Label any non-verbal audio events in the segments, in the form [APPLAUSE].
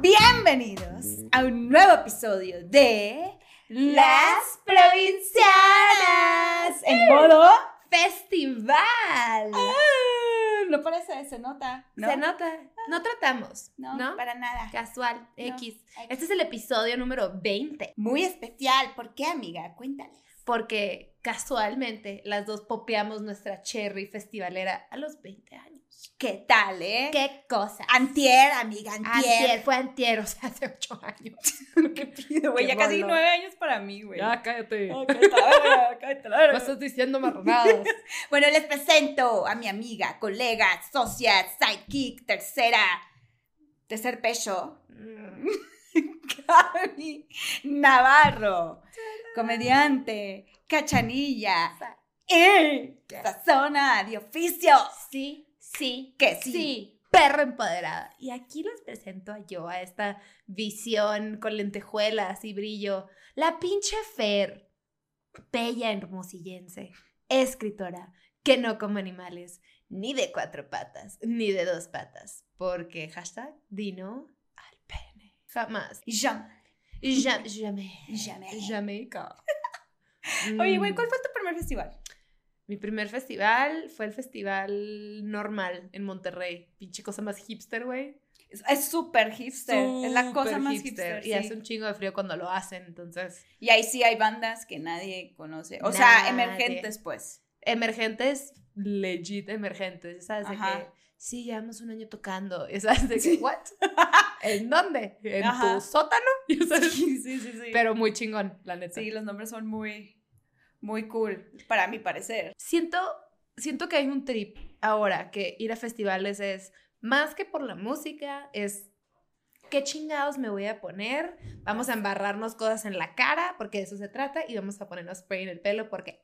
Bienvenidos a un nuevo episodio de Las Provincianas en modo festival. Ah, ¡Eh! No parece, se nota. ¿no? Se nota. No tratamos, No, ¿no? para nada. Casual, X. Ay, Este es el episodio número 20, Muy especial. ¿Por qué, amiga? Cuéntales. porque casualmente las dos popeamos nuestra cherry festivalera a los 20 años. ¿Qué tal, eh? ¡Qué cosa! Antier, amiga, antier. Antier, fue antier, o sea, hace 8 años. [LAUGHS] ¿Qué [LAUGHS] pido, Qué bolo. años para mí, güey. cállate. Ah, [LAUGHS] cállate, cállate, la verga. diciendo [LAUGHS] marronadas. Bueno, les presento a mi amiga, colega, socia, sidekick, tercera, tercer pecho, Mm. [LAUGHS] Cami Navarro, comediante, cachanilla, y sazona de oficio. sí, sí, Que sí. sí, perra empoderada. Y aquí les presento a yo, a esta visión con lentejuelas y brillo, la pinche Fer, bella hermosillense, escritora, que no come animales, ni de cuatro patas, ni de dos patas, porque hashtag dino al pene. [LAUGHS] Jamás. Jean. Ja- Jamais. Jamais. Jamaica. Oye, güey, güey, ¿cuál fue tu primer festival? mi primer festival fue el festival normal en Monterrey. Pinche cosa más hipster, güey. Es- Es súper hipster. es la cosa Súper más hipster. Y sí. hace un chingo de frío cuando lo hacen, entonces. Y ahí sí hay bandas que nadie conoce. O sea, Nadie. emergentes, pues. Emergentes, legit emergentes. ¿Sabes? De Ajá. que sí, llevamos un año tocando. [LAUGHS] ¿Sabes? De que, ¿what? ¿En dónde? ¿En Ajá. tu sótano? [LAUGHS] Ya sabes. Sí, sí, sí, sí. Pero muy chingón, la neta. sí, los nombres son muy, muy cool, para mi parecer. Siento, siento que hay un trip ahora que ir a festivales es más que por la música, es qué chingados me voy a poner, vamos a embarrarnos cosas en la cara porque de eso se trata y vamos a ponernos spray en el pelo porque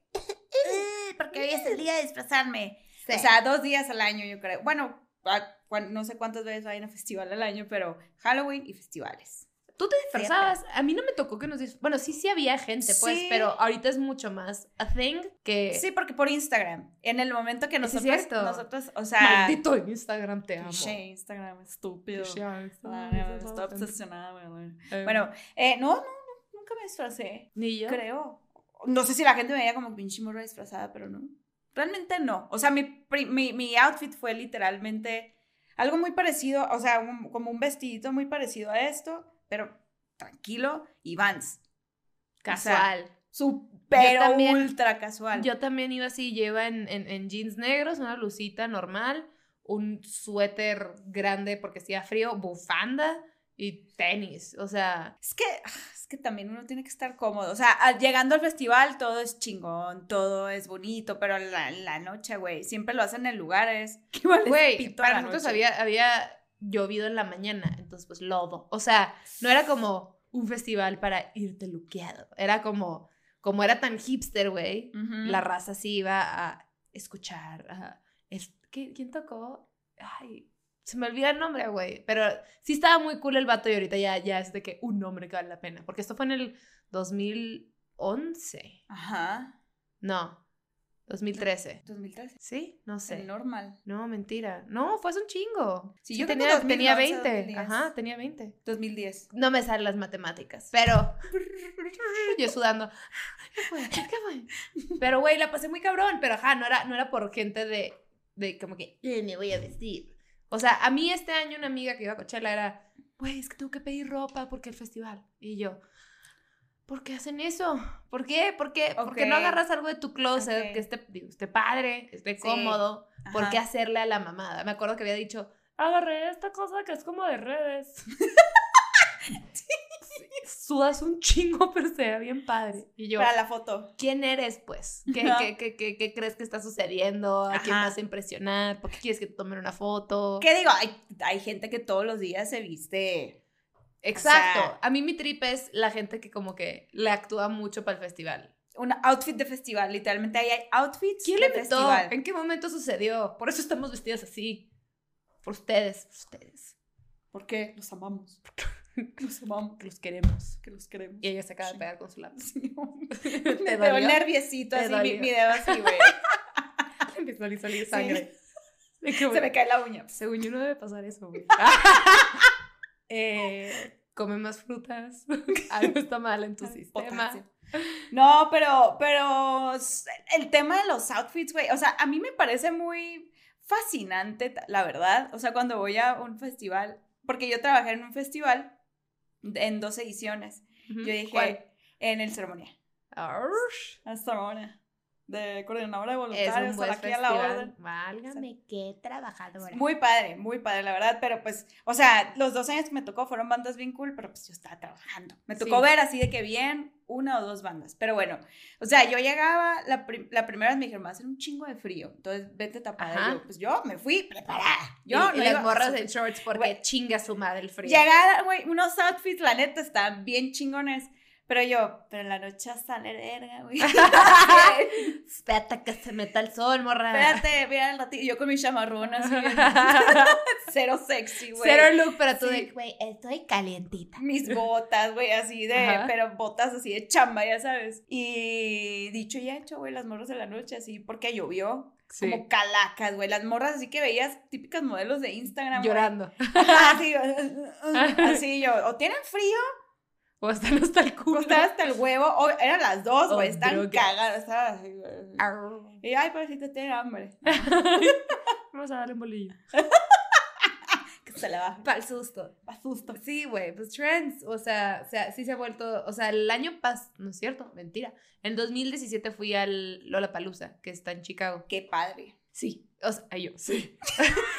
Porque hoy es el día de disfrazarme. se- O sea, dos días al año, yo creo. Bueno, a- cuan- no sé cuántas veces hay un festival al año, pero Halloween y festivales. tú te disfrazabas, a mí no me tocó que nos disfrazáramos, bueno, sí sí había gente pues, Sí. pero ahorita es mucho más a thing que Sí, porque por Instagram. En el momento que Eh. Sí, es nosotros, cierto. nosotros, o sea, maldito Instagram te amo. cliché, Instagram, estúpido. Cliché, La Instagram, verdad, Estoy obsesionada, güey, güey. Bueno, eh, no, no, no, nunca me disfracé, ni yo. creo. No sé si la gente me veía como pinche morra disfrazada, pero no. Realmente no. O sea, mi, pri- mi, mi outfit fue literalmente algo muy parecido, o sea, un- como un vestidito muy parecido a esto, pero tranquilo y Vans. Casual. Super Yo también- ultra casual. Yo también iba así, lleva en, en- en jeans negros, una blusita normal, un suéter grande porque hacía frío, bufanda y tenis. O sea, Es que, ah, es que también uno tiene que estar cómodo. O sea, al- llegando al festival todo es chingón, todo es bonito, pero la, la noche, güey, siempre lo hacen en lugares que valen güey, pito para la nosotros noche. había, había llovido en la mañana, entonces pues lodo. O sea, no era como un festival para irte luqueado. Era como, como era tan hipster, güey, Ujú. la raza sí iba a escuchar. a- es- ¿qué- ¿Quién tocó? Ay, se me olvida el nombre, güey. Pero sí estaba muy cool el vato y ahorita ya, ya es de que un nombre que vale la pena. Porque esto fue en el 2011. Ajá. No, 2013. 2013. ¿Sí? No El sé. normal. No, mentira. No, fue hace un chingo. Sí, Sí, yo creo que 2011, tenía, tenía 20. 2010. Ajá, tenía 20. 2010. No me salen las matemáticas, pero yo sudando. ¿Qué fue? ¿Qué fue? Pero güey, la pasé muy cabrón, pero ajá, no era, no era por gente de, de como que "Eh, me voy a vestir. O sea, a mí este año una amiga que iba a Coachella era, güey, es que tengo que pedir ropa porque el festival. Y yo, ¿por qué hacen eso? ¿Por qué? ¿Por qué? ¿Por qué no Ok. agarras algo de tu closet Ok. que esté, digo, esté padre, esté Sí. cómodo? ¿Por Ajá. qué hacerle a la mamada? Me acuerdo que había dicho, agarré esta cosa que es como de [LAUGHS] redes. Sí, Sudas un chingo, pero se ve bien padre. Y yo, Para la foto. ¿quién eres, pues? ¿Qué, Ajá. qué, qué, qué, qué crees que está sucediendo? ¿A quién Ajá. vas a impresionar? ¿Por qué quieres que te tomen una foto? ¿Qué digo? Hay, hay gente que todos los días se viste. Exacto. O sea- a mí mi trip es la gente que como que le actúa mucho para el festival. Un outfit de festival. Literalmente ahí hay outfits ¿Quién de le inventó? festival. ¿En qué momento sucedió? Por eso estamos vestidas así. Por ustedes, por ustedes. ¿Por qué? Los [LAUGHS] amamos. Los amamos. Que los queremos. Que los queremos. Y ella se acaba de Sí. pegar con su lápiz. Sí, hombre. ¿Te [LAUGHS] Me dio dolió? un nerviecito ¿Te así, mi, dolió? mi dedo así, [LAUGHS] güey. [LAUGHS] Empezó a salir Sí. sangre. De que, Se me cae la uña. [LAUGHS] Según yo no debe pasar eso, güey. Eh, Come más frutas. [LAUGHS] Algo está mal en tu sistema. potasio. No, pero, pero s- el tema de los outfits, güey, o sea, a mí me parece muy fascinante, ta- la verdad. O sea, cuando voy a un festival, porque yo trabajé en un festival de- en dos ediciones. Ujú. Yo dije, ¿Cuál? en el ceremonia. Arsh. Hasta ahora. De coordinadora de Es un voluntarios, buen a la que a la festival. orden. Válgame qué trabajadora. Muy padre, muy padre, la verdad, pero pues, o sea, los dos años que me tocó fueron bandas bien cool, pero pues yo estaba trabajando. Me tocó Sí. ver así de que bien una o dos bandas, pero bueno, o sea, yo llegaba, la, prim- la primera vez me dijeron, va a hacer un chingo de frío, entonces vete tapada. Ajá. Y yo, pues yo me fui preparada. Yo, Yo y, no las iba- morras en shorts porque Güey. chinga su madre el frío. Llegar, güey, unos outfits, la neta, están bien chingones, pero yo, pero en la noche sale verga, [LAUGHS] güey. [LAUGHS] Espérate que se meta el sol, morra. [LAUGHS] Espérate, mira el ratito. Y Yo con mi chamarrón así, bien- cero sexy, güey. Cero look, pero tú Sí. de, güey, estoy calientita. [LAUGHS] Mis botas, güey, así de, Ajá. pero botas así de chamba, ya sabes. Y dicho y hecho, güey, las morras de la noche, así, porque llovió. Como calacas, güey. Las morras así que veías típicas modelos de Instagram. güey. llorando. [LAUGHS] Así, así yo. O tienen [LAUGHS] frío, O están hasta el o culo. están hasta el huevo. O eran las dos, O güey. Están Oh, drogas. cagadas. estaban así, güey. Arr. Y ay, pobrecita, tiene hambre. Vamos a darle un bolillo. Que se la baje. Para el susto. Pa' susto. Sí, güey, pues trends, o sea, o sea, sí se ha vuelto, o sea, el año pas, no es cierto, mentira. En 2017 fui al Lollapalooza, que está en Chicago. Qué padre. Sí, o sea, ay, yo, [LAUGHS] sí.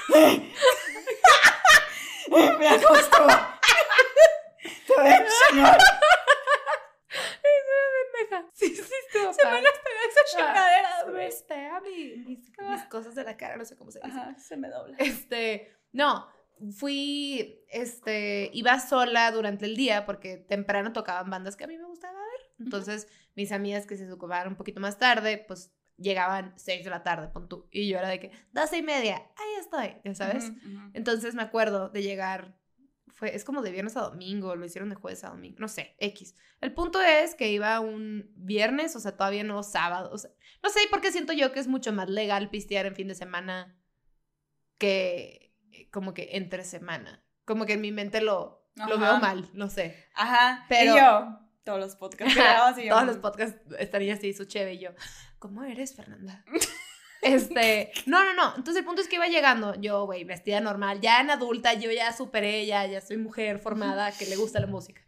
[LAUGHS] Me [LAUGHS] acostó. Te voy a chingar. Pendeja. Sí, sí, estuvo Se me padre. las pegó Ah, esa chingadera, Se me güey. despega mi- mis, mis cosas de la cara, no sé cómo se dice. Ajá, se me dobla. Este, no, fui, este, iba sola durante el día porque temprano tocaban bandas que a mí me gustaba ver. Entonces, mis amigas que se ocupaban un poquito más tarde, pues llegaban 6 de la tarde, pon tú. Y yo era de que, 12 y media, ahí estoy, ya sabes. Eh, Ujú, ujú. Entonces me acuerdo de llegar, fue, es como de viernes a domingo, lo hicieron de jueves a domingo, no sé, X. El punto es que iba un viernes, o sea, todavía no sábado, o sea, no sé por qué siento yo que es mucho más legal pistear en fin de semana que eh, como que entre semana. Como que en mi mente lo, lo veo Ajá. mal, no sé. Ajá. Pero- Pero. Y yo, todos los podcasts que grabamos y yo. mm, Todos los podcasts estaría así, su cheve y yo. ¿Cómo eres, Fernanda? Este, no, no, no. Entonces el punto es que iba llegando yo, güey, vestida normal, ya en adulta, yo ya superé, ya, ya soy mujer formada que le gusta la música.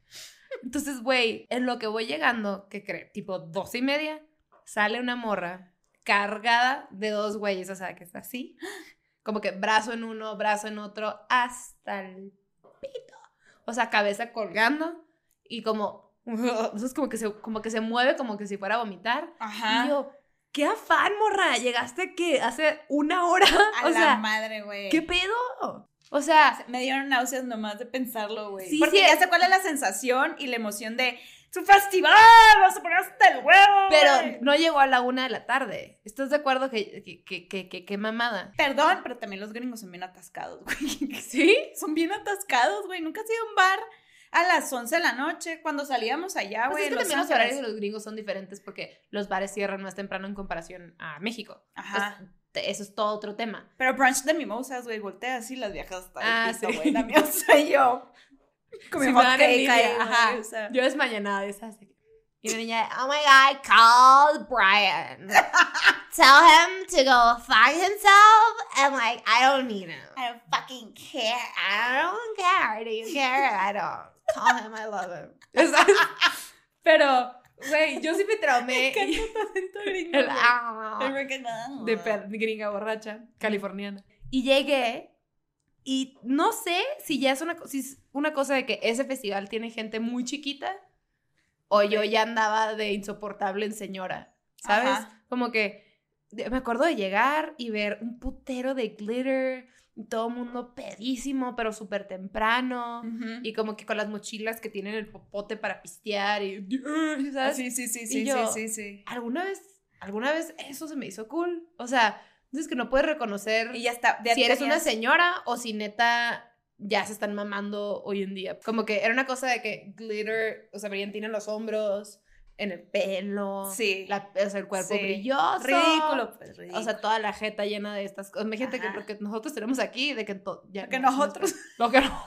Entonces, güey, en lo que voy llegando, ¿qué cree? Tipo dos y media, sale una morra cargada de dos güeyes, o sea, que está así, como que brazo en uno, brazo en otro, hasta el pito. O sea, cabeza colgando y como, [LAUGHS] entonces como que se, como que se mueve como que si fuera a vomitar. Ajá. Y yo, qué afán, morra. Llegaste que hace una hora. a o la sea, madre, güey. ¿qué pedo? O sea, Me dieron náuseas nomás de pensarlo, güey. Sí, Porque sí. eh. ya sé cuál es la sensación y la emoción de su festival, vamos a poner hasta el huevo. pero güey". no llegó a la una de la tarde. ¿Estás de acuerdo que, que, que, que, que- qué mamada? Perdón, pero también los gringos son bien atascados, [LAUGHS] güey. ¿Sí? Son bien atascados, güey. Nunca has ido a un bar a las 11 de la noche cuando salíamos allá, Pues güey. es que en Los también los Ángeles. horarios de los gringos son diferentes porque los bares cierran más temprano en comparación a México. Ajá. Entonces, te- eso es todo otro tema. Pero brunch de mimosas, güey, voltea así las viejas hasta Ah, el pito, sí. güey. La [LAUGHS] mimosa y yo. Como Sí, hot me dan cake ahí, envidia, güey, ajá. o sea. Yo desmañanada de esas. Y una niña, oh my god, call [LAUGHS] Brian. Tell him to go fuck himself. I'm like, I don't need him. I don't fucking [LAUGHS] care. I don't care. Do you care? I don't. Call him, I love [LAUGHS] him. Pero, güey, yo sí me traumé. encanta tu acento gringo, [LAUGHS] El, güey. ah, Pero que no. de per- gringa borracha, californiana. Y llegué y no sé si ya es una, co- si es una cosa de que ese festival tiene gente muy chiquita o yo ya andaba de insoportable en señora, ¿sabes? Ajá. Como que de- me acuerdo de llegar y ver un putero de glitter, y todo el mundo pedísimo, pero súper temprano. Ujú. Y como que con las mochilas que tienen el popote para pistear y... [LAUGHS] Ah, ¿sabes? sí, sí, sí, Y sí, yo- sí, sí, sí. alguna vez, alguna vez eso se me hizo cool. O sea, dices que no puedes reconocer Y ya está. ya si eres una tenías- señora o si neta ya se están mamando hoy en día. Como que era una cosa de que glitter, o sea, brillantina en los hombros, en el pelo, Sí. la- o sea, el cuerpo Sí. brilloso. Ridículo, pues, ridículo. O sea, toda la jeta llena de estas cosas. Imagínate que Ajá. lo que nosotros tenemos aquí, de que to- ya Lo que no- [LAUGHS] nosotros. Lo que no-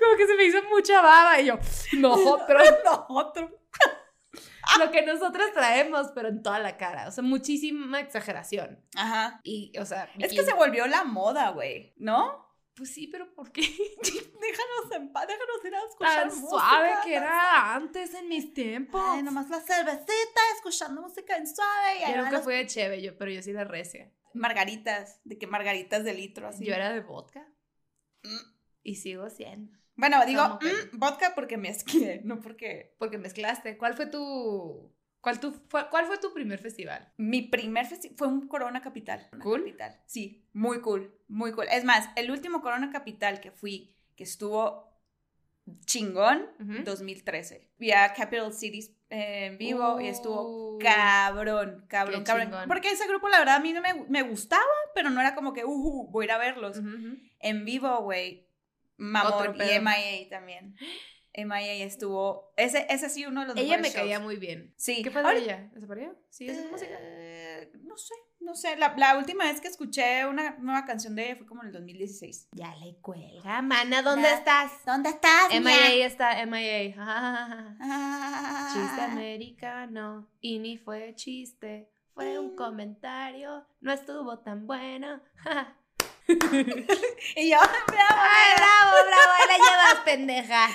como que se me hizo mucha [LAUGHS] baba. Y yo, nosotros, [LAUGHS] Nosotros. [LAUGHS] lo que nosotras traemos, pero en toda la cara. O sea, muchísima exageración. Ajá. Y, o sea, Es que Vicky, se volvió la moda, güey, ¿no? Pues sí, pero ¿por qué? [LAUGHS] Déjanos en paz, déjanos ir a escuchar Tan música, suave que tan era antes en mis tiempos. Ay, nomás la cervecita, escuchando música en suave. Y ahí Yo van nunca las fui de cheve, yo, pero yo sí la recia. margaritas, de que margaritas de litro, así. Yo era de vodka. Mm. Y sigo siendo. Bueno, digo, Como que- mm, vodka porque me esquié, [LAUGHS] no porque... Porque mezclaste. ¿Cuál fue tu. ¿Cuál, tu, fue, ¿Cuál fue tu primer festival? Mi primer festival fue un Corona Capital. Corona Cool. Capital. Sí, muy cool, muy cool. Es más, el último Corona Capital que fui, que estuvo chingón, Ujú. 2013. Vi a Capital Cities eh, en vivo y estuvo Uh, cabrón, cabrón, Qué cabrón. chingón. Porque ese grupo, la verdad, a mí no me, me gustaba, pero no era como que, uh, voy a ir a verlos. ujú, ujú. En vivo, güey, mamón. Otro Y pedo. MIA [GASPS] también. MIA estuvo. Ese, ese sí, uno de los Ella mejores me caía shows. muy bien. Sí. ¿Qué fue de Ahora- ella? ¿Desapareció? ¿Sí? ¿Es música? Eh, no sé, no sé. La, la última vez que escuché una nueva canción de ella fue como en el 2016. Ya le cuelga, mana, Ya. estás? ¿Dónde estás? MIA está, MIA. Ja, ja, ja, ja. Ah. [LAUGHS] Chiste americano. Y ni fue chiste. Fue [LAUGHS] un comentario. No estuvo tan bueno. Ja, ja. Y yo, [LAUGHS] bravo, ¡Ay, bravo, bravo! Ahí la [LAUGHS] llevas, pendeja.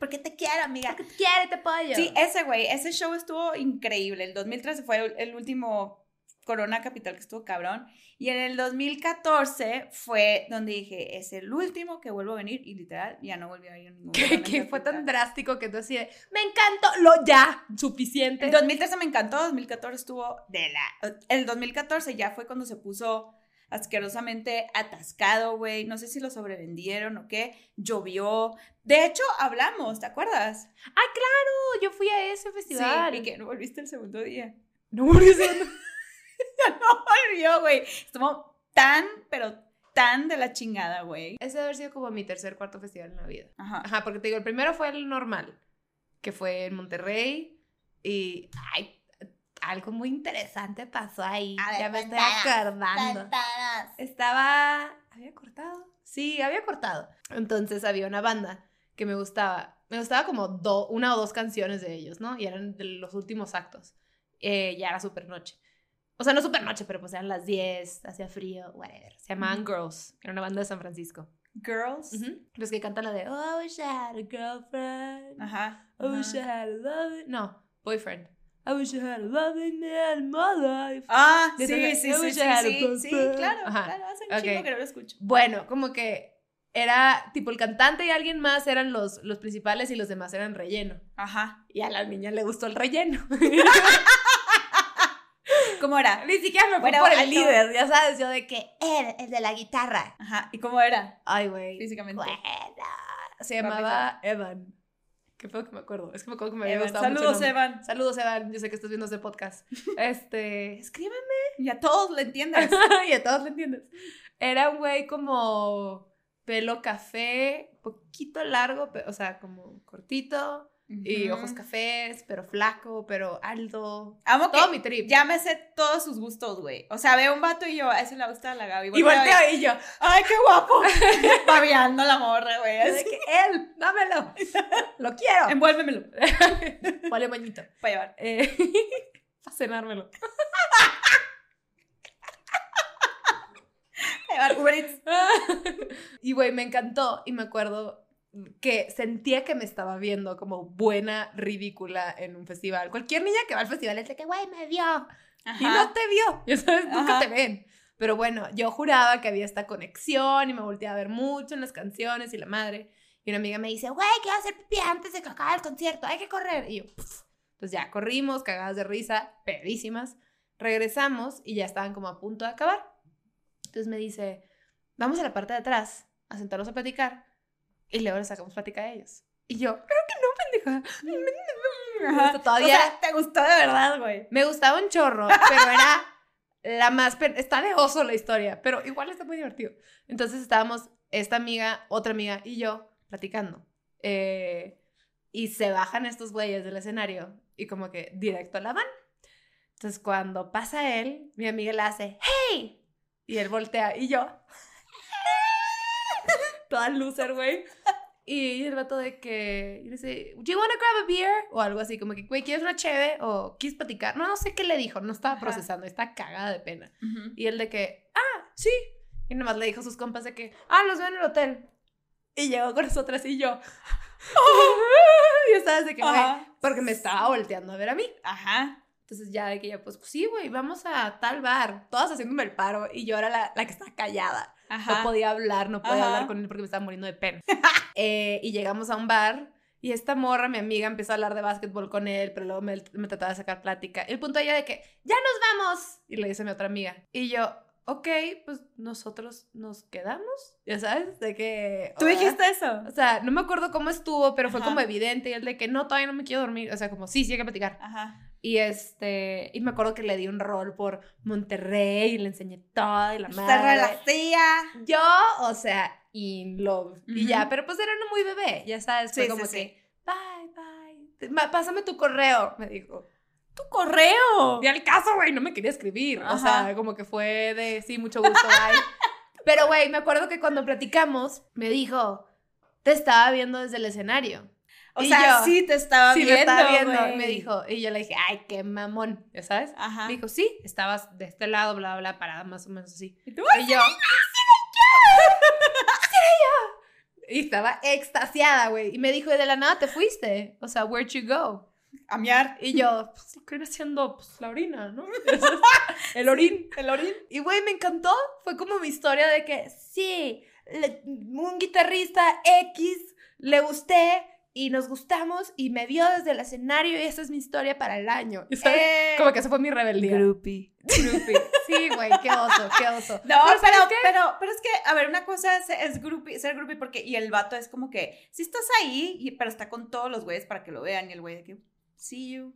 ¿por qué te quiero, amiga? Quiérete, pollo. Sí, [LAUGHS] ese güey, ese show estuvo increíble. El 2013 fue el- el último Corona Capital que estuvo cabrón. Y en el 2014 fue donde dije, es el último que vuelvo a venir. Y literal, ya no volví a ir a ningún que, Corona que fue tan Capital. drástico que tú así de, me encantó, lo ya, suficiente. El 2013 me encantó, 2014 estuvo de la... El 2014 ya fue cuando se puso asquerosamente atascado, güey. No sé si lo sobrevendieron o qué. Llovió. De hecho, hablamos, ¿te acuerdas? Ah, claro, yo fui a ese festival. y que no volviste el segundo día. [LAUGHS] No, porque eso [LAUGHS] no volvió, güey. Estuvo tan, pero tan de la chingada, güey. Ese debe haber sido como mi tercer, cuarto festival en la vida. Ajá. Ajá, porque te digo, el primero fue el normal, que fue en Monterrey. Y, ay, algo muy interesante pasó ahí. A ver, ya me estoy cuéntanos, acordando. Estaba. ¿Había cortado? Sí, había cortado. Entonces había una banda que me gustaba. Me gustaba como do- una o dos canciones de ellos, ¿no? Y eran de los últimos actos. Eh, ya era supernoche. O sea, no supernoche, pero pues eran las 10, hacía frío, whatever. Se llamaban Girls. Era una banda de San Francisco. Girls. Ujú. Los que cantan la de Oh, I wish I had a girlfriend. Ajá. I wish I ajá. had a loving. No, boyfriend. I wish I had a loving man in my life. Ah, De sí, esa- sí, oh, sí, sí, sí, Escuchar, sí, papá. claro, Ajá, claro, hace un ok. chingo que no lo escucho. Bueno, como que era tipo el cantante y alguien más eran los, los principales y los demás eran relleno. Ajá. Y a la niña le gustó el relleno. [LAUGHS] ¿Cómo era? Ni siquiera me fui Bueno, por el alto. líder, ya sabes, yo de que él, el de la guitarra. Ajá. ¿Y cómo era Ay, güey. físicamente? Bueno. Se llamaba Evan. Qué feo que me acuerdo. Es que me acuerdo que me había Evan, gustado mucho el Saludos, nombre. Evan. Saludos, Evan. Yo sé que estás viendo este podcast. [LAUGHS] Este, escríbeme. Y a todos le entiendes. [LAUGHS] y a todos lo entiendes. Era un güey como pelo café, poquito largo, pe- o sea, como cortito, [LAUGHS] y Ujú. ojos cafés, pero flaco, pero alto. Amo Todo que mi trip. ya me sé todos sus gustos, güey. O sea, veo un vato y yo, a ese le gusta la Gaby. Y volteo [LAUGHS] y yo, ¡Ay, qué [LAUGHS] guapo! [LAUGHS] Babeando la morra, güey. yo de así. que él, dámelo, [LAUGHS] lo quiero. Envuélvemelo Vale, moñito. para llevar. Eh, [LAUGHS] para cenármelo. Para llevar Uber Eats. [LAUGHS] y güey, me encantó y me acuerdo que sentía que me estaba viendo como buena ridícula en un festival. Cualquier niña que va al festival es de que, güey, me vio. Ajá. y no te vio. [LAUGHS] Ya sabes, nunca Ajá. te ven. Pero bueno, yo juraba que había esta conexión y me volteé a ver mucho en las canciones y la madre. Y una amiga me dice, güey, ¿qué va a hacer pipí antes de que acabe el concierto? Hay que correr. Y yo, "Pff". pues ya corrimos, cagadas de risa, pedísimas. Regresamos y ya estaban como a punto de acabar. Entonces me dice, vamos a la parte de atrás a sentarnos a platicar y luego les sacamos plática a ellos. Y yo, claro que no, pendeja. Ajá. Todavía O sea, te gustó de verdad, güey. me gustaba un chorro, pero era la más... pe- Está de oso la historia, pero igual está muy divertido. Entonces estábamos esta amiga, otra amiga y yo platicando. Eh, y se bajan estos güeyes del escenario y como que directo a la van. Entonces cuando pasa él, mi amiga le hace, ¡Hey! Y él voltea y yo... [LAUGHS] toda loser, güey. Y el vato de que, y le dice, ¿Do you wanna grab a beer? O algo así, como que, güey, ¿quieres una cheve? O ¿quieres platicar? No, no sé qué le dijo, no estaba Ajá. procesando, está cagada de pena. Ujú. Y él de que, ah, sí. Y nomás le dijo a sus compas de que, ah, los veo en el hotel. Y llegó con nosotras y yo. [LAUGHS] y estaba de que, güey, Ajá. porque me estaba volteando a ver a mí. Ajá. Entonces ya de que ya, pues, pues sí, güey, vamos a tal bar. Todas haciéndome el paro y yo era la, la que estaba callada. Ajá. No podía hablar, no podía Ajá. hablar con él porque me estaba muriendo de pena. [LAUGHS] Eh, y llegamos a un bar y esta morra, mi amiga, empezó a hablar de básquetbol con él, pero luego me, me trataba de sacar plática. El punto ella de que, ya nos vamos. Y le dice a mi otra amiga. Y yo, ok, pues nosotros nos quedamos. Ya sabes, de que... ¿Tú "Hola". dijiste eso? O sea, no me acuerdo cómo estuvo, pero fue Ajá. como evidente. Y él de que, no, todavía no me quiero dormir. O sea, como, sí, sí, hay que platicar. Ajá. Y este, y me acuerdo que le di un rol por Monterrey y le enseñé todo y la Cerra madre. la tía. Yo, o sea, in love. Y Ujú. ya, pero pues era uno muy bebé, ya sabes, fue Sí, sí, como sí. que, bye, bye, te- ma- pásame tu correo, me dijo. ¡Tu correo! Y al caso, güey, no me quería escribir, o Ajá. sea, como que fue de, sí, mucho gusto, bye. [LAUGHS] Pero, güey, me acuerdo que cuando platicamos, me dijo, te estaba viendo desde el escenario. O Y sea, yo, sí te estaba sí, viendo. me estaba viendo, güey. me dijo. Y yo le dije, ay, qué mamón, ya sabes. Ah. Ajá. Me dijo, sí, estabas de este lado, bla, bla, bla, parada más o menos así. ¿Y tú? Y yo, y estaba extasiada, güey. Y me dijo, y de la nada te fuiste. O sea, where'd you go? [LAUGHS] A miar. Y yo, pues, ¿qué viene haciendo? Pues, la orina, ¿no? [LAUGHS] El orín. El [LAUGHS] orín. Y, güey, me encantó. Fue como mi historia de que, sí, le- un guitarrista X le gusté y nos gustamos y me vio desde el escenario y esa es mi historia para el año. Y, ¿sabes? Eh, Como que esa fue mi rebeldía. Groupie. Pues, Sí, güey, qué oso, qué oso. No, Pero, ¿sabes pero, qué? pero, pero es que, a ver, una cosa es, es groupie- ser groupie porque, y el vato es como que, si estás ahí, y, pero está con todos los güeyes para que lo vean, y el güey de que, see you,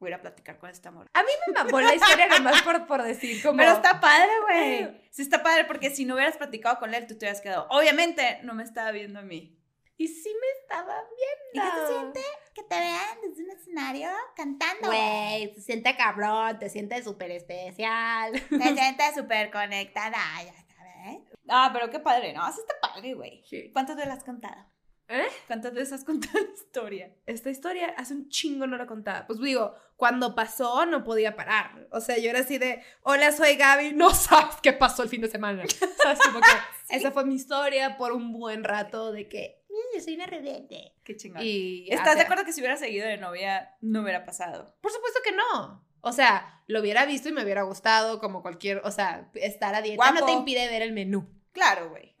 voy a ir a platicar con este amor. Me mamó la historia nomás por, por decir como... Pero está padre, güey. Sí está padre porque si no hubieras platicado con él, tú te hubieras quedado. Obviamente, no me estaba viendo a mí. Y sí me estaba ¿Y qué viendo. te sientes? Que te vean desde un escenario cantando. Güey, te sientes cabrón, te sientes súper especial. [LAUGHS] Te sientes súper conectada, ya sabes. Ah, pero qué padre, ¿no? Así está padre, güey. ¿Cuántas veces has contado? ¿Eh? ¿Cuántas veces has contado la historia? Esta historia hace un chingo no la contaba. Pues digo, cuando pasó no podía parar. O sea, yo era así de, hola, soy Gaby, no sabes qué pasó el fin de semana. [LAUGHS] ¿Sabes? Como que esa fue mi historia por un buen rato de que, "Mm, yo soy una rebelde. Qué chingón. Y ¿Estás o de sea, acuerdo que si hubiera seguido de novia, no hubiera pasado? Por supuesto que no. O sea, lo hubiera visto y me hubiera gustado, como cualquier. O sea, estar a dieta no Guapo. te impide ver el menú. Claro, güey.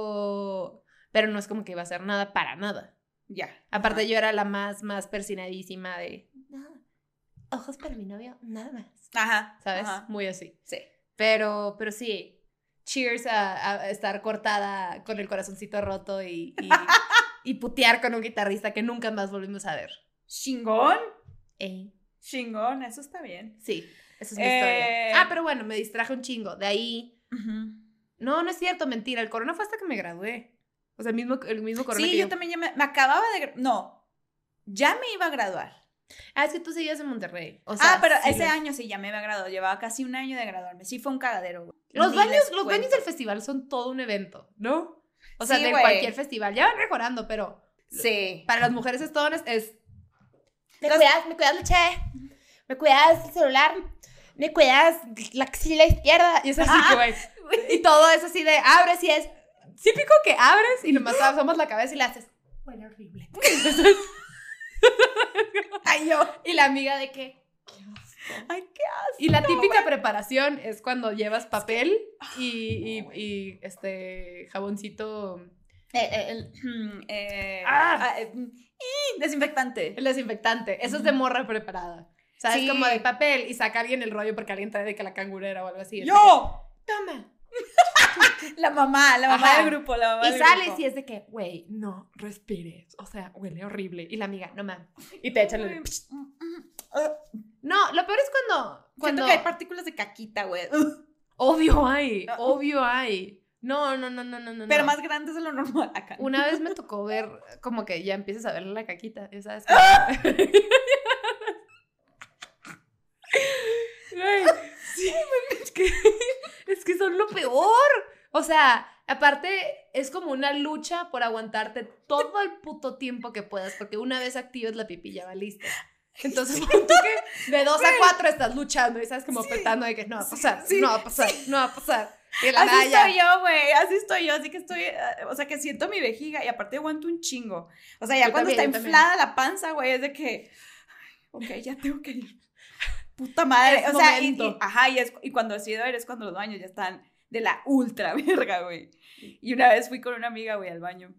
Pero. Pero no es como que iba a hacer nada para nada. Ya. Aparte, yo era la más, más persinadísima de. "Nada. Ojos para mi novio, nada más. Ajá. ¿Sabes? ajá. Muy así. Sí. Pero, pero sí. Cheers a, a estar cortada con el corazoncito roto y, [LAUGHS] y, y putear con un guitarrista que nunca más volvimos a ver. Chingón. Ey. Chingón, eso está bien. Sí, esa es mi Eh, historia. Ah, pero bueno, me distraje un chingo. De ahí. No, no es cierto, mentira. El corona fue hasta que me gradué. O sea, el mismo, el mismo corona. Sí, que yo también ya me, me acababa de... gra- No, ya me iba a graduar. Ah, es que tú seguías en Monterrey. O ah, sea, pero sí. ese año sí ya me había graduado. Llevaba casi un año de graduarme. Sí fue un cagadero. güey. Los Ni baños, les los cuento. baños del festival son todo un evento, ¿no? O sea, Sí, de güey. cualquier festival. Ya van mejorando, pero Sí. [LAUGHS] para las mujeres es todo. un- Es, Me Los- cuidas, me cuidas la chave, me cuidas el celular, me cuidas la axila izquierda. Ah, y es así, güey. Y todo es así de abres y es típico que abres y nomás asomas la cabeza y le haces. Huele horrible. Ay, yo. Y la amiga de que. Ay, qué asco. Y la típica preparación es cuando llevas papel Ah, y, y- y, este jaboncito, Eh, eh, el- eh, Ah. ah, eh, y desinfectante. el desinfectante. Eso es de morra preparada. O sea, Sí. es como de papel y saca alguien el rollo porque alguien trae de que la cangurera o algo así. Es de Yo. que, Toma. La mamá, la mamá Ajá. del grupo, la mamá Y del sales grupo. y es de que, güey, no respires. O sea, huele horrible. Y la amiga, no mames. Y te echan el. No, lo peor es cuando. Cuando cuando que hay partículas de caquita, güey. Ugh, Obvio hay. No. Obvio hay. No, no, no, no, no, no. [LAUGHS] Pero no. más grandes de lo normal acá. Una vez me tocó ver, como que ya empiezas a ver la caquita, ya ¿sabes? Güey, sí, es que, es que son lo peor. O sea, Aparte, es como una lucha por aguantarte todo el puto tiempo que puedas, porque una vez actives la pipi ya va lista. Entonces, pon tú que de dos a cuatro estás luchando y estás como petando de que no va a pasar, sí, no va a pasar, no va a pasar. Y la Así nada ya- estoy yo, güey, así estoy yo, así que estoy, eh, o sea, que siento mi vejiga y aparte aguanto un chingo. O sea, ya Yo cuando también, yo está también. inflada la panza, güey, es de que, ay, ok, ya tengo que ir. Puta madre, Es o sea, y, y- momento. ajá, y, es, y cuando decido eres cuando los baños ya están de la ultra [LAUGHS] verga, güey. Y una vez fui con una amiga, güey, al baño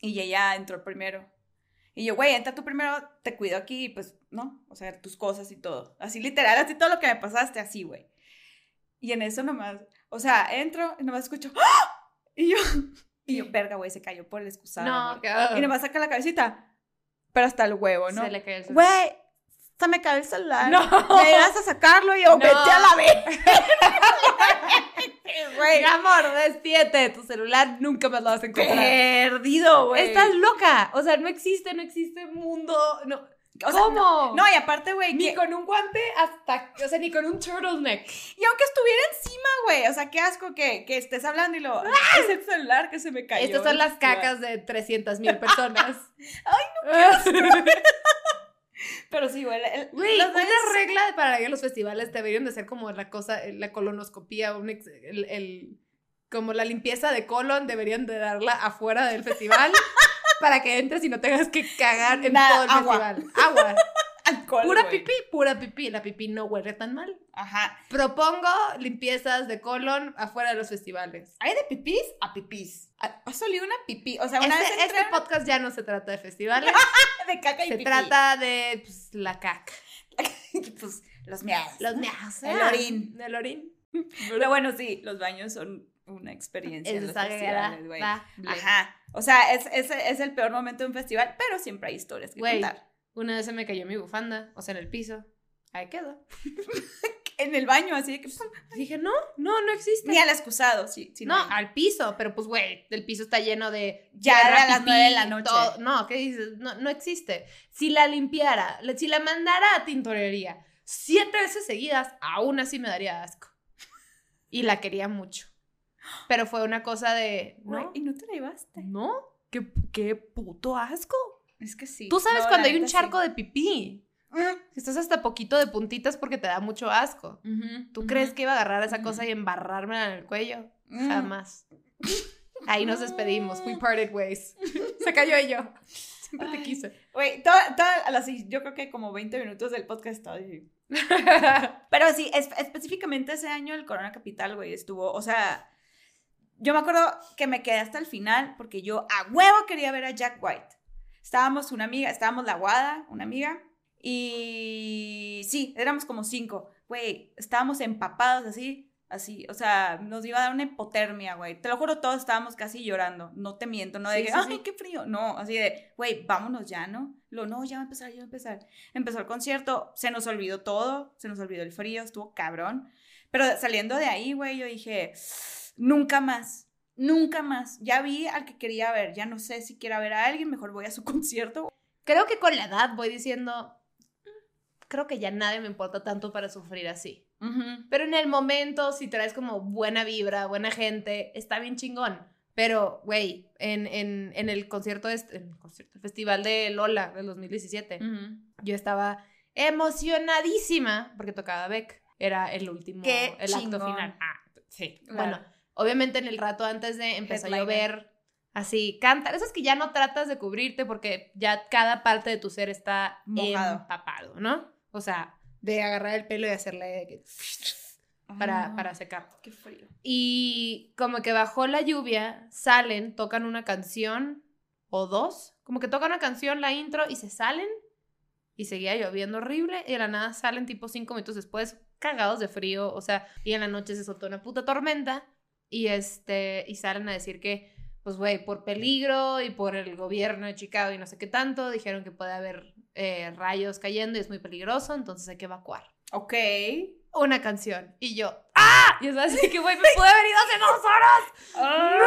y ella entró primero. Y yo, güey, entra tú primero, te cuido aquí, y pues, ¿no? O sea, tus cosas y todo. Así literal, así todo lo que me pasaste, así, güey. Y en eso nomás, o sea, entro y nomás escucho, ¡Ah! Y yo, [LAUGHS] y yo, verga, güey, se cayó por el excusado. No, güey. cabrón. Y nomás saca la cabecita, pero hasta el huevo, ¿no? Se le cae el celular. Güey, se me cayó el celular. No. Me ibas a sacarlo y yo, No. vete a la vez. Mi amor, despídete, tu celular nunca más lo vas a encontrar. Perdido, güey. Estás loca. O sea, no existe, no existe mundo. No. O sea, ¿Cómo? No, y aparte, güey, ni que- con un guante hasta, o sea, ni con un turtleneck. y aunque estuviera encima, güey, o sea, qué asco que, que estés hablando y lo... "Ah, [LAUGHS] Es el celular que se me cayó. Estas son las cacas de 300 mil personas. [LAUGHS] Ay, no Pero sí, güey. el- el- Güey, los una baños- regla para ir a los festivales deberían de ser como la cosa, la colonoscopía, un ex- el, el- como la limpieza de colon, deberían de darla afuera del [LAUGHS] festival para que entres y no tengas que cagar en Nada, todo el agua. festival. Agua. Alcohol, Pura güey. pipí, pura pipí. La pipí no huele tan mal. Ajá. Propongo limpiezas de colon afuera de los festivales. Hay de pipís a pipís. Ha ha salido una pipí. O sea, una este, vez entré este podcast ya no se trata [LAUGHS] de festivales, de caca y se pipí. trata de pues, la caca. [LAUGHS] Y, pues, los meados. Los ¿no? meados. El ah, orín. El orín. Pero bueno, sí, los baños son una experiencia en Es los festivales, güey. desagradable. Ajá. O sea, es, es, es el peor momento de un festival, pero siempre hay historias que Güey. contar. Una vez se me cayó mi bufanda, o sea, en el piso. Ahí quedó. En el baño, así de que pum, Dije, no, no, no existe. ni al excusado, sí. sí, no, al piso, pero pues, güey, el piso está lleno de... Ya tierra, era las pipí, nueve de la noche. todo. No, ¿qué dices? No, no existe. Si la limpiara, le- si la mandara a tintorería siete veces seguidas, aún así me daría asco. Y la quería mucho. Pero fue una cosa de... Güey, No, y no te la llevaste. no, qué, qué puto asco. Es que sí. Tú sabes No, la cuando hay un neta, sí. Mm. charco de pipí. Estás hasta poquito de puntitas porque te da mucho asco. Ujú, ¿Tú ujú. crees que iba a agarrar esa Ujú. cosa y embarrármela en el cuello? Mm. Jamás. Ahí nos despedimos. We parted ways. [LAUGHS] Se cayó yo. Siempre te Ay. quise. Güey, toda, toda, a las- yo creo que como 20 minutos del podcast estaba así. Pero sí, es- específicamente ese año el Corona Capital, güey, estuvo, o sea, yo me acuerdo que me quedé hasta el final porque yo a huevo quería ver a Jack White. Estábamos una amiga, estábamos la guada, una amiga, y sí, éramos como cinco, güey, estábamos empapados así, así, o sea, nos iba a dar una hipotermia, güey. Te lo juro, todos estábamos casi llorando, no te miento, no de Sí, que, sí, ay, sí. qué frío, no, así de, güey, vámonos ya, ¿no? Lo, no, ya va a empezar, ya va a empezar. Empezó el concierto, se nos olvidó todo, se nos olvidó el frío, estuvo cabrón. Pero saliendo de ahí, güey, yo dije, nunca más, nunca más. Ya vi al que quería ver, ya no sé si quiera ver a alguien, mejor voy a su [LAUGHS] concierto. [LAUGHS] Creo que con la edad voy diciendo, "Mm, creo que ya nadie me importa tanto para sufrir así. Pero en el momento, si traes como buena vibra, buena gente, está bien chingón. Pero, güey, en, en, en el concierto, este, en el concierto, el festival de Lola del 2017, yo estaba emocionadísima porque tocaba Beck. Era el último, Qué el acto chingón. final. Ah, sí. Claro. Bueno, obviamente en el rato antes de empezar a Headliner. llover, así, cantar. Esas que ya no tratas de cubrirte porque ya cada parte de tu ser está Mojado. empapado, ¿no? O sea, de agarrar el pelo y hacerle de que- para, para secar. Ah, Qué frío. Y como que bajó la lluvia, salen, tocan una canción o dos, como que tocan una canción, la intro y se salen y seguía lloviendo horrible y de la nada salen tipo cinco minutos después cagados de frío, o sea, y en la noche se soltó una puta tormenta y este y salen a decir que pues güey, por peligro y por el gobierno de Chicago y no sé qué tanto, dijeron que puede haber eh, rayos cayendo y es muy peligroso, entonces hay que evacuar Ok. una canción. Y yo, ¡ah! Y es así que, [LAUGHS] güey, me pude haber ido hace dos horas. Ay,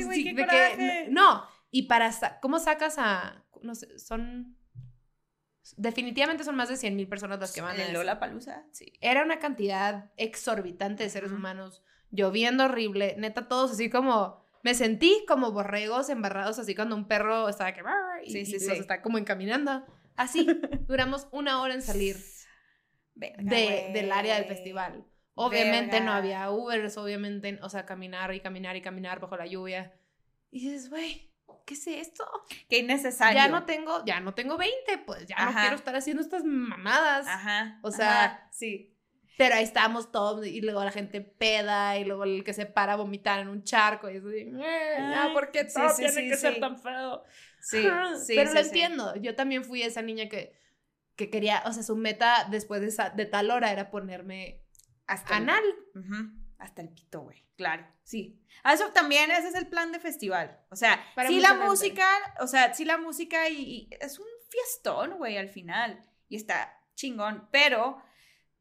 No, güey, sí, qué de que- coraje. no, y para, sa- ¿cómo sacas a, no sé, son, definitivamente son más de 100 mil personas las que van En a eso. Lola Palusa, sí. Era una cantidad exorbitante de seres Ujú. humanos lloviendo horrible, neta, todos así como... Me sentí como borregos embarrados, así cuando un perro estaba que... "Barr", Y, Sí, sí, y sí. los está como encaminando. [LAUGHS] Así, duramos una hora en salir Verga, de- güey. del área del festival. Obviamente no Verga. había Ubers, obviamente, o sea, caminar y caminar y caminar bajo la lluvia. Y dices, güey, ¿qué es esto? Qué innecesario. Ya no tengo, ya no tengo 20, pues ya no Ajá. quiero estar haciendo estas mamadas. Ajá. O sea, ajá, sí. Pero ahí estábamos todos y luego la gente peda y luego el que se para a vomitar en un charco y es así, "Eh, ya, Ay, ¿por qué sí, todo sí, tiene sí, que ser sí. tan feo? Sí, Ah, sí, pero sí, lo sí. entiendo. Yo también fui esa niña que, que quería, o sea, su meta después de, esa- de tal hora era ponerme Hasta el, anal. Ujú, hasta el pito, güey. Claro, sí. Ah, Eso también, ese es el plan de festival. O sea, Para sí mucha la gente. música, o sea, sí la música y, y es un fiestón, güey, al final. Y está chingón, pero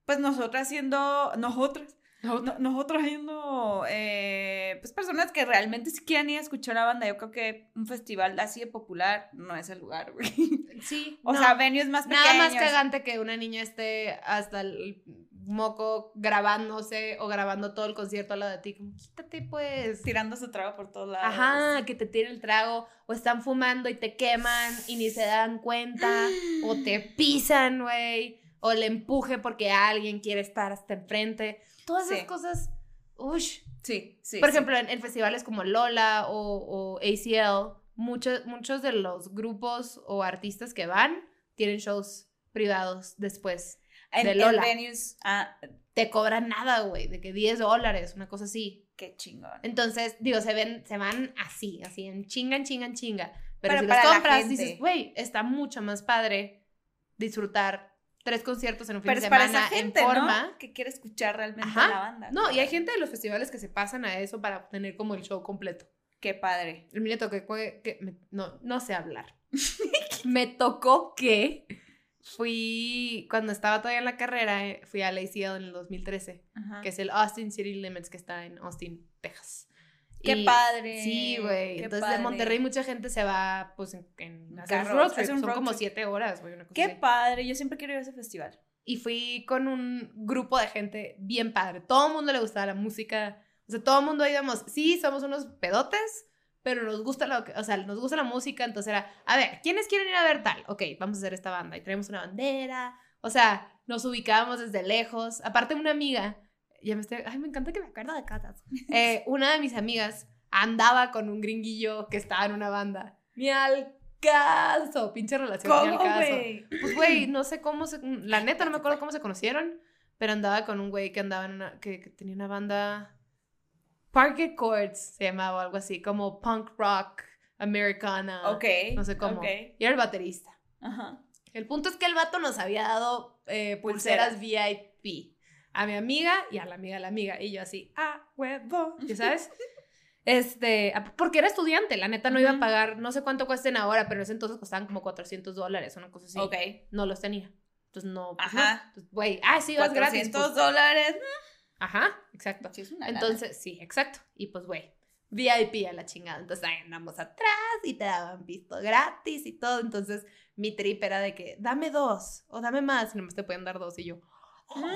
pues nosotras siendo, nosotras, no- nosotras siendo, eh, pues personas que realmente si quieren ir a escuchar a banda, yo creo que un festival así de popular no es el lugar, güey. [LAUGHS] Sí. O no. sea, venues más pequeños. Nada más cagante que una niña esté hasta el moco grabándose o grabando todo el concierto al lado de ti. Como, quítate, pues. Tirando su trago por todos lados. Ajá, que te tire el trago. O están fumando y te queman y ni se dan Ah. cuenta. o [GASPS] te pisan, güey. O el empuje porque alguien quiere estar hasta enfrente. Todas Sí. esas cosas. Ush. Sí, sí. Por sí. ejemplo, en, en festivales como Lola o, o ACL, muchos, muchos de los grupos o artistas que van tienen shows privados después. En- de en Lola. venues, ah, Te cobran nada, güey, de que 10 dólares, una cosa así. qué chingón. Entonces, digo, se ven, se van así, así, en chinga, en chinga, en chinga. Pero, Pero si para los la compras, gente. dices, güey, está mucho más padre disfrutar tres conciertos en un fin Pero de es para semana esa gente, en forma. ¿no? Que quiere escuchar realmente Ajá. la banda. No, y hay gente de los festivales que se pasan a eso para tener como el show completo. Qué padre. A mí me tocó que, que me- no, no [LAUGHS] sé hablar. me tocó que fui, cuando estaba todavía en la carrera, eh, fui a la ACL en el 2013, Ajá. que es el Austin City Limits que está en Austin, Texas. Qué Y- padre. Sí, güey. qué Entonces de padre. Monterrey mucha gente se va pues en, en hacer Carro, road hace trips. un Son road como trip. siete horas, pues, güey. una cosa Qué así. padre. Yo siempre quiero ir a ese festival. Y fui con un grupo de gente bien padre. Todo el mundo le gustaba la música. O sea, todo el mundo íbamos, sí, somos unos pedotes, pero nos gusta lo que, o sea, nos gusta la música, entonces era, a ver, ¿quiénes quieren ir a ver tal? Ok, vamos a hacer esta banda y traemos una bandera. O sea, nos ubicábamos desde lejos. Aparte una amiga, ya me estoy, ay, me encanta que me acuerdo de cosas. Eh, una de mis amigas andaba con un gringuillo que estaba en una banda. Ni al caso, pinche relación, ni al caso. [LAUGHS] Pues, güey, no sé cómo se... mm, La neta, no me acuerdo cómo se conocieron, pero andaba con un güey que andaba en una... Que, que tenía una banda... Parquet Courts se llamaba o algo así, como punk rock, americana. Ok. Ah, No sé cómo. ok. Y era el baterista. Ajá. El punto es que el vato nos había dado eh, pulseras VIP a mi amiga y a la amiga de la amiga. Y yo así, ah, huevo, [LAUGHS] ¿ya sabes? Este, a- porque era estudiante, la neta no iba a Ujú. pagar, no sé cuánto cuesten ahora, pero en ese entonces costaban como 400 dólares, una cosa así Ok. no los tenía. Entonces no. pues, Ajá. no. Entonces, Güey, ah, sí, vas gratis. 400 pues. dólares. Ajá, exacto. Sí, es una lana. Entonces, sí, exacto. Y pues, güey, VIP a la chingada. Entonces ahí andamos atrás y te daban visto gratis y todo. Entonces mi trip era de que dame dos o dame más. Y nomás te pueden dar dos. Y yo. "Oh". Mm.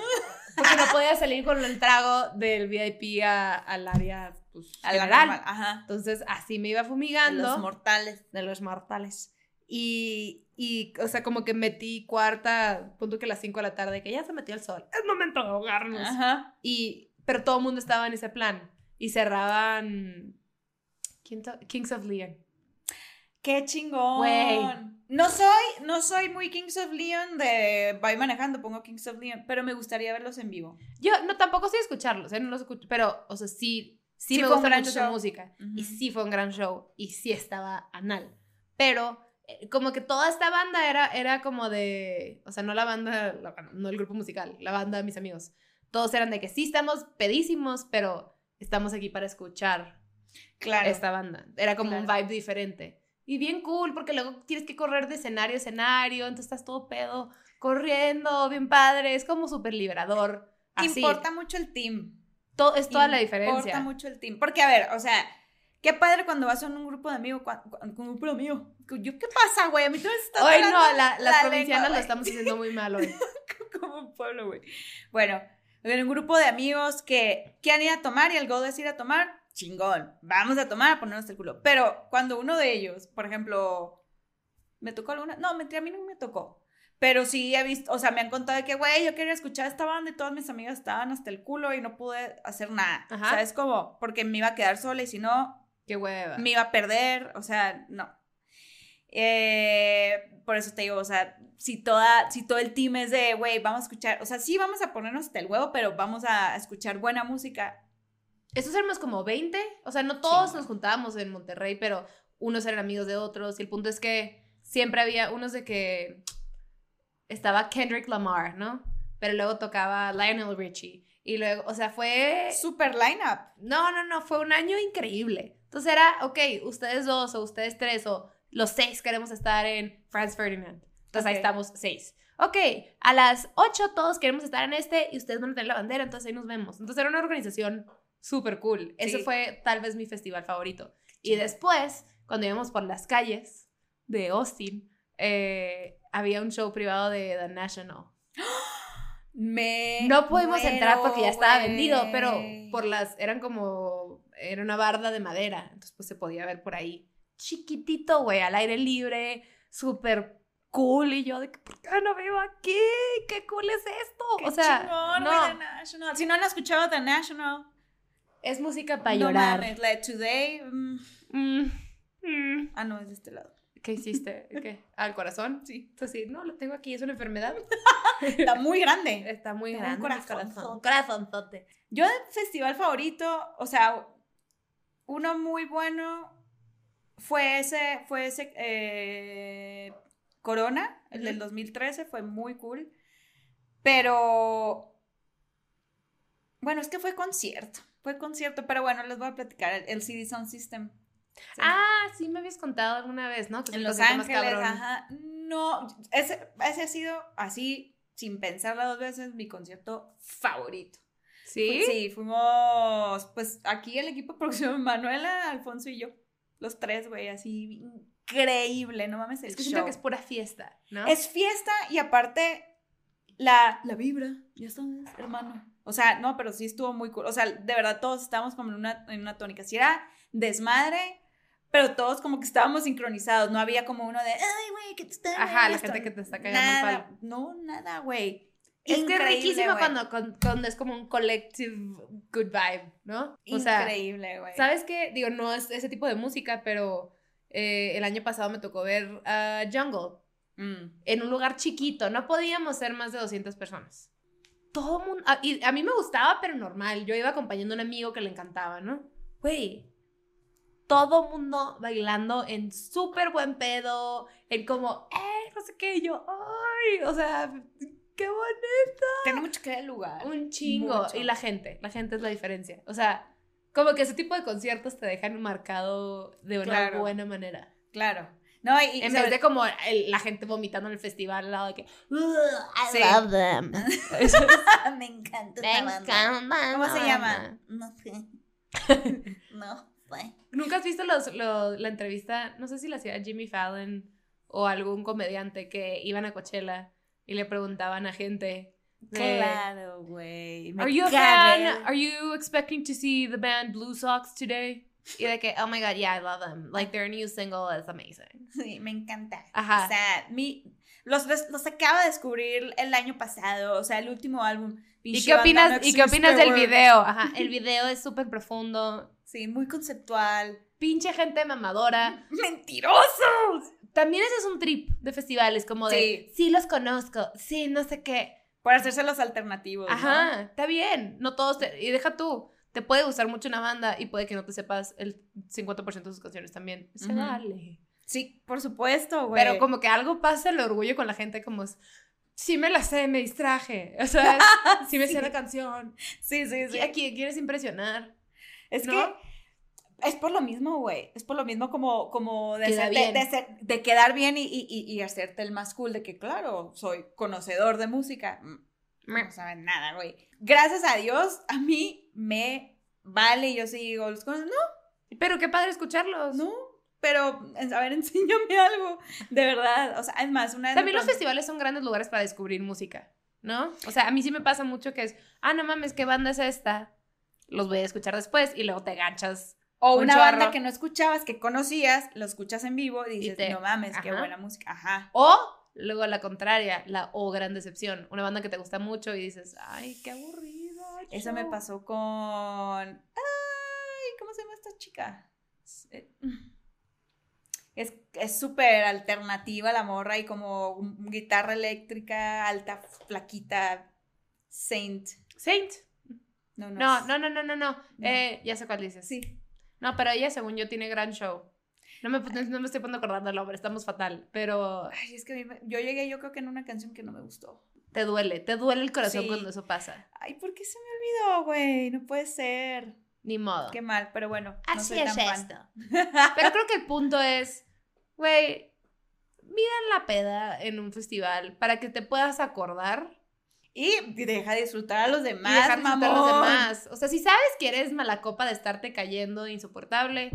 Porque no podía salir con el trago del VIP a- al área pues, A la general. normal, Ajá. Entonces así me iba De fumigando Los mortales. de los mortales. Y, y, o sea, como que metí cuarta, punto que a las 5 de la tarde, que ya se metió el sol. Es momento de ahogarnos. Ajá. Y, pero todo el mundo estaba en ese plan. Y cerraban ¿quién to- Kings of Leon. Qué chingón. Güey. No soy, no soy muy Kings of Leon de voy manejando, pongo Kings of Leon, pero me gustaría verlos en vivo. Yo, no, tampoco sí escucharlos, ¿eh? No los escucho, pero, o sea, sí, sí, Sí me fue un gusta gran mucho su show. música. Ujú. Y sí fue un gran show. Y sí estaba anal. Pero, eh, como que toda esta banda era, era como de. O sea, no la banda, la banda- no el grupo musical, la banda de mis amigos. Todos eran de que sí estamos pedísimos, pero estamos aquí para escuchar Claro. esta banda. Era como un Claro. vibe diferente. Y bien cool, porque luego tienes que correr de escenario a escenario, entonces estás todo pedo, corriendo, bien padre, es como súper liberador. Así. Importa mucho el team. To- es toda la Importa diferencia. mucho el team. Porque, a ver, o sea, qué padre cuando vas con un grupo de amigos. cua- cua- Con un grupo de amigos. Yo, ¿Qué pasa, güey? A mí todo está Hoy jalando no, la- las la lengua, provincianas lo güey. [LAUGHS] estamos haciendo muy mal hoy. como un pueblo, güey. Bueno, en un grupo de amigos que quieren ir a tomar y el godo es ir a tomar, chingón, vamos a tomar, a ponernos el culo. Pero cuando uno de ellos, por ejemplo, me tocó alguna, no, mentira, a mí no me tocó. Pero sí he visto, o sea, me han contado de que, güey, yo quería escuchar esta banda y todas mis amigas estaban hasta el culo y no pude hacer nada. Ajá. ¿Sabes cómo? Porque me iba a quedar sola y si no, Qué hueva. me iba a perder, o sea, no. Eh, por eso te digo, o sea, si, toda, si todo el team es de, güey, vamos a escuchar, o sea, sí vamos a ponernos hasta el huevo, pero vamos a escuchar buena música. Estos éramos como 20. O sea, no todos Sí. nos juntábamos en Monterrey, pero unos eran amigos de otros. Y el punto es que siempre había unos de que estaba Kendrick Lamar, ¿no? Pero luego tocaba Lionel Richie. Y luego, o sea, fue. Super lineup. No, no, no, fue un año increíble. Entonces era, ok, ustedes dos o ustedes tres o los seis queremos estar en Franz Ferdinand. Entonces ahí Ok. estamos seis. Ok, a las ocho todos queremos estar en este y ustedes van a tener la bandera, entonces ahí nos vemos. Entonces era una organización súper cool. Ese Sí. fue tal vez mi festival favorito. Y después, cuando íbamos por las calles de Austin, eh, había un show privado de The National. Me No pudimos muero, entrar porque ya estaba güey. vendido, pero por las eran como era una barda de madera, entonces pues se podía ver por ahí. Chiquitito, güey, al aire libre, súper cool y yo de que por qué no vivo aquí? ¿Qué cool es esto? Qué o sea, chingón, no, güey, The National. Si no han escuchado The National, es música para no llorar. mames, la de Today. mm, Mm, mm. ah, no, es de este lado. ¿Qué hiciste? ¿Qué? ¿Al corazón? Sí. Entonces, sí, no, lo tengo aquí, es una enfermedad. Está muy grande. Está muy Tengo [LAUGHS] un grande. mi corazonzote. corazón. Corazonzote. Yo de festival favorito, o sea, uno muy bueno fue ese, fue ese eh, Corona, el del Ujú. 2013, fue muy cool. Pero, bueno, es que fue concierto, fue concierto, pero bueno, les voy a platicar el, el CD Sound System. Sí. Ah, sí me habías contado alguna vez, ¿no? Que es En el Los concierto más Ángeles, cabrón. ajá. No, ese, ese ha sido así, sin pensarla dos veces, mi concierto favorito. ¿Sí? Sí, fuimos, pues aquí el equipo de producción, [LAUGHS] Manuela, Alfonso y yo, los tres, güey, así increíble, no mames el Es que show. siento que es pura fiesta, ¿no? Es fiesta y aparte la, la vibra, ya sabes, hermano. O sea, no, pero sí estuvo muy cool. O sea, de verdad todos estábamos como en una, en una tónica. Si era desmadre, pero todos como que estábamos sincronizados. No había como uno de, ay, güey, que te está. Ajá, la esto". gente que te está cagando el Nada, palo. No, nada, güey. Es que es Increíble, riquísimo güey. cuando, con- cuando es como un collective good vibe, ¿no? O sea, Increíble, güey. ¿sabes qué? Digo, no es ese tipo de música, pero eh, el año pasado me tocó ver a Jungle Mm. en un lugar chiquito. No podíamos ser más de 200 personas. Todo mundo... A, y a mí me gustaba, pero normal. Yo iba acompañando a un amigo que le encantaba, ¿no? Güey, todo mundo bailando en súper buen pedo, en como, ¡eh! No sé qué, y yo, ¡ay! O sea, ¡qué bonito! Tiene mucho que ver el lugar. Un chingo. Mucho. Y la gente, la gente es la diferencia. O sea, como que ese tipo de conciertos te dejan marcado de una Claro. buena manera. Claro. No, y, y En sobre- vez de como el- la gente vomitando en el festival al lado de que, [LAUGHS] I Sí. love them. Ah, me encanta. Me esta banda. encanta. ¿Cómo se llama? No [LAUGHS] sé. no sé. ¿Nunca has visto los, los- la entrevista? No sé si la hacía Jimmy Fallon o algún comediante que iban a Coachella y le preguntaban a gente. de, Claro, güey. me Are you a cagué. fan? Are you expecting to see the band Blue Sox today? Y de que, oh my god, yeah, I love them. Like their new single is amazing. Sí, me encanta. Ajá. O sea, mi, los, los, los acabo de descubrir el año pasado, o sea, el último álbum. ¿Y Pinche qué banda opinas, no ¿y qué opinas del existe, güey. [LAUGHS] video? Ajá, el video es súper profundo. Sí, muy conceptual. [LAUGHS] Pinche gente mamadora. ¡Mentirosos! También ese es un trip de festivales, como de, sí, los conozco, sí, no sé qué. Por hacerse los alternativos. ¿no? Ajá, está bien. No todos te- Y deja tú. Te puede gustar mucho una banda y puede que no te sepas el 50% de sus canciones también. Se Ujú. vale. Sí, por supuesto, güey. Pero como que algo pasa el orgullo con la gente, como es, sí me la sé, me distraje. O sea, sí me sé la canción. Sí, sí, sí. Aquí quieres impresionar. Es ¿No? que es por lo mismo, güey. Es por lo mismo como, como de, Queda hacerte- bien. de hacer- de quedar bien y, y- y- y hacerte el más cool de que, claro, soy conocedor de música. Mm, No saben nada, güey. Gracias a Dios, a mí me vale. Yo sí digo, los conozco. No, Pero qué padre escucharlos. no. Pero, es- a ver, [LAUGHS] enséñame algo. De verdad. O sea, es más, una vez. me También los preguntó- festivales son grandes lugares para descubrir música, ¿no? O sea, a mí sí me pasa mucho que es, ah, no mames, ¿qué banda es esta? Los voy a escuchar después y luego te ganchas. O Un una banda chorro. que no escuchabas, que conocías, lo escuchas en vivo y dices, te- no mames, qué ajá. buena música. Ajá. O luego la contraria, la o gran decepción. Una banda que te gusta mucho y dices, ay, qué aburrida. Eso me chao". pasó con. Ay, ¿cómo se llama esta chica? Eh, Es es súper alternativa la morra y como un- guitarra eléctrica, alta, flaquita, Saint. Saint. No, no. No, es- no, no, no, no, no. No. Eh, ya sé cuál dices. Sí. No, pero ella, según yo, tiene gran show. No me, no me estoy poniendo acordando el hombre, estamos fatal. Pero Ay, es que a mí me- yo llegué, yo creo que en una canción que no me gustó. te duele, te duele el corazón Sí. cuando eso pasa. Ay, ¿por qué se me olvidó, güey? No puede ser. Ni modo. Qué mal, pero bueno. No Así soy es tan fan. esto. [LAUGHS] [LAUGHS] Pero creo que el punto es, güey, miran la peda en un festival para que te puedas acordar Y deja disfrutar a los demás. y dejar disfrutar a los mamón. demás. O sea, si sabes que eres mala copa de estarte cayendo insoportable,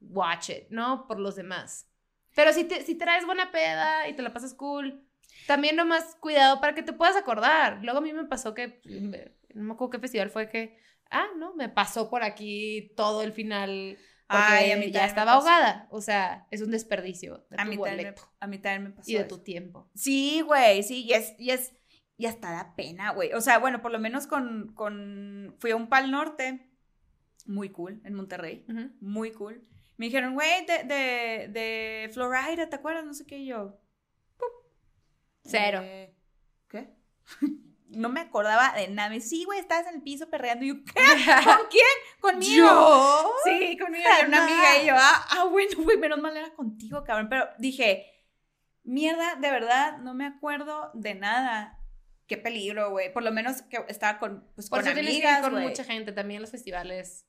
watch it, ¿no? Por los demás. Pero si, te, si traes buena peda y te la pasas cool, también nomás cuidado para que te puedas acordar. Luego a mí me pasó que, me- no me acuerdo qué festival fue que, ah, no, me pasó por aquí todo el final. Porque Ay, a mí también ya me estaba pasó. ahogada. O sea, es un desperdicio de A tu mí, también me, boleto a mí también me pasó. y de eso. tu tiempo. Sí, güey, sí, y es, y es, y hasta da pena, güey. O sea, bueno, por lo menos con, con, fui a un Pal Norte, muy cool, en Monterrey, Ujú. muy cool. Me dijeron, güey, de, de, de Florida, ¿te acuerdas? No sé qué, y yo. "Pup". Cero. Eh, ¿Qué? [LAUGHS] No me acordaba de nada. Me dice, sí, güey, estabas en el piso perreando. Y [LAUGHS] yo, ¿qué? ¿Con quién? Conmigo. ¿Yo? Sí, conmigo era una Jamás. amiga y yo, ah, ah, bueno, [LAUGHS] güey, menos mal era contigo, cabrón. Pero dije, mierda, de verdad, no me acuerdo de nada. Qué peligro, güey. Por lo menos que estaba con, pues, Por con eso tienes que ir amigas, con güey. mucha gente. También en los festivales.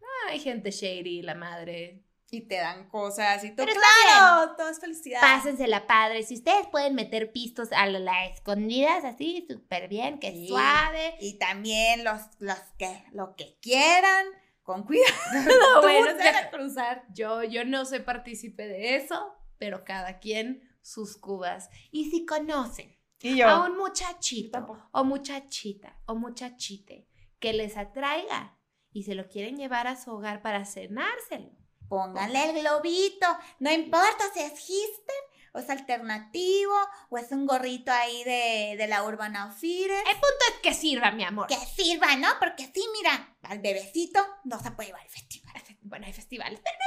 ah, hay gente shady, la madre. Y te dan cosas y todo. Pero está claro, todo es felicidad. Pásensela padre. Si ustedes pueden meter pistos a la- las escondidas así, súper bien, que Sí. suave. Y también los, los que, lo que quieran, con cuidado, Tú güey, no se busca- van a cruzar. Yo, yo no soy partícipe de eso, pero cada quien sus cubas. Y si conocen Y yo, a un muchachito tampoco. o muchachita o muchachite que les atraiga y se lo quieren llevar a su hogar para [LAUGHS] cenárselo. pónganle el globito, no importa si es hipster o es alternativo o es un gorrito ahí de, de la Urban Outfitters. Pues que sirva, mi amor. que sirva, ¿no? Porque sí, mira, al bebecito no se puede llevar al festival. Bueno, hay festivales, pero no,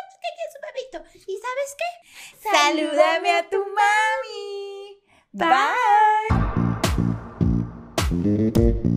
pues que quede su bebito. ¿Y sabes qué? Salúdame a tu mami. Bye. Bye. Mm-hmm.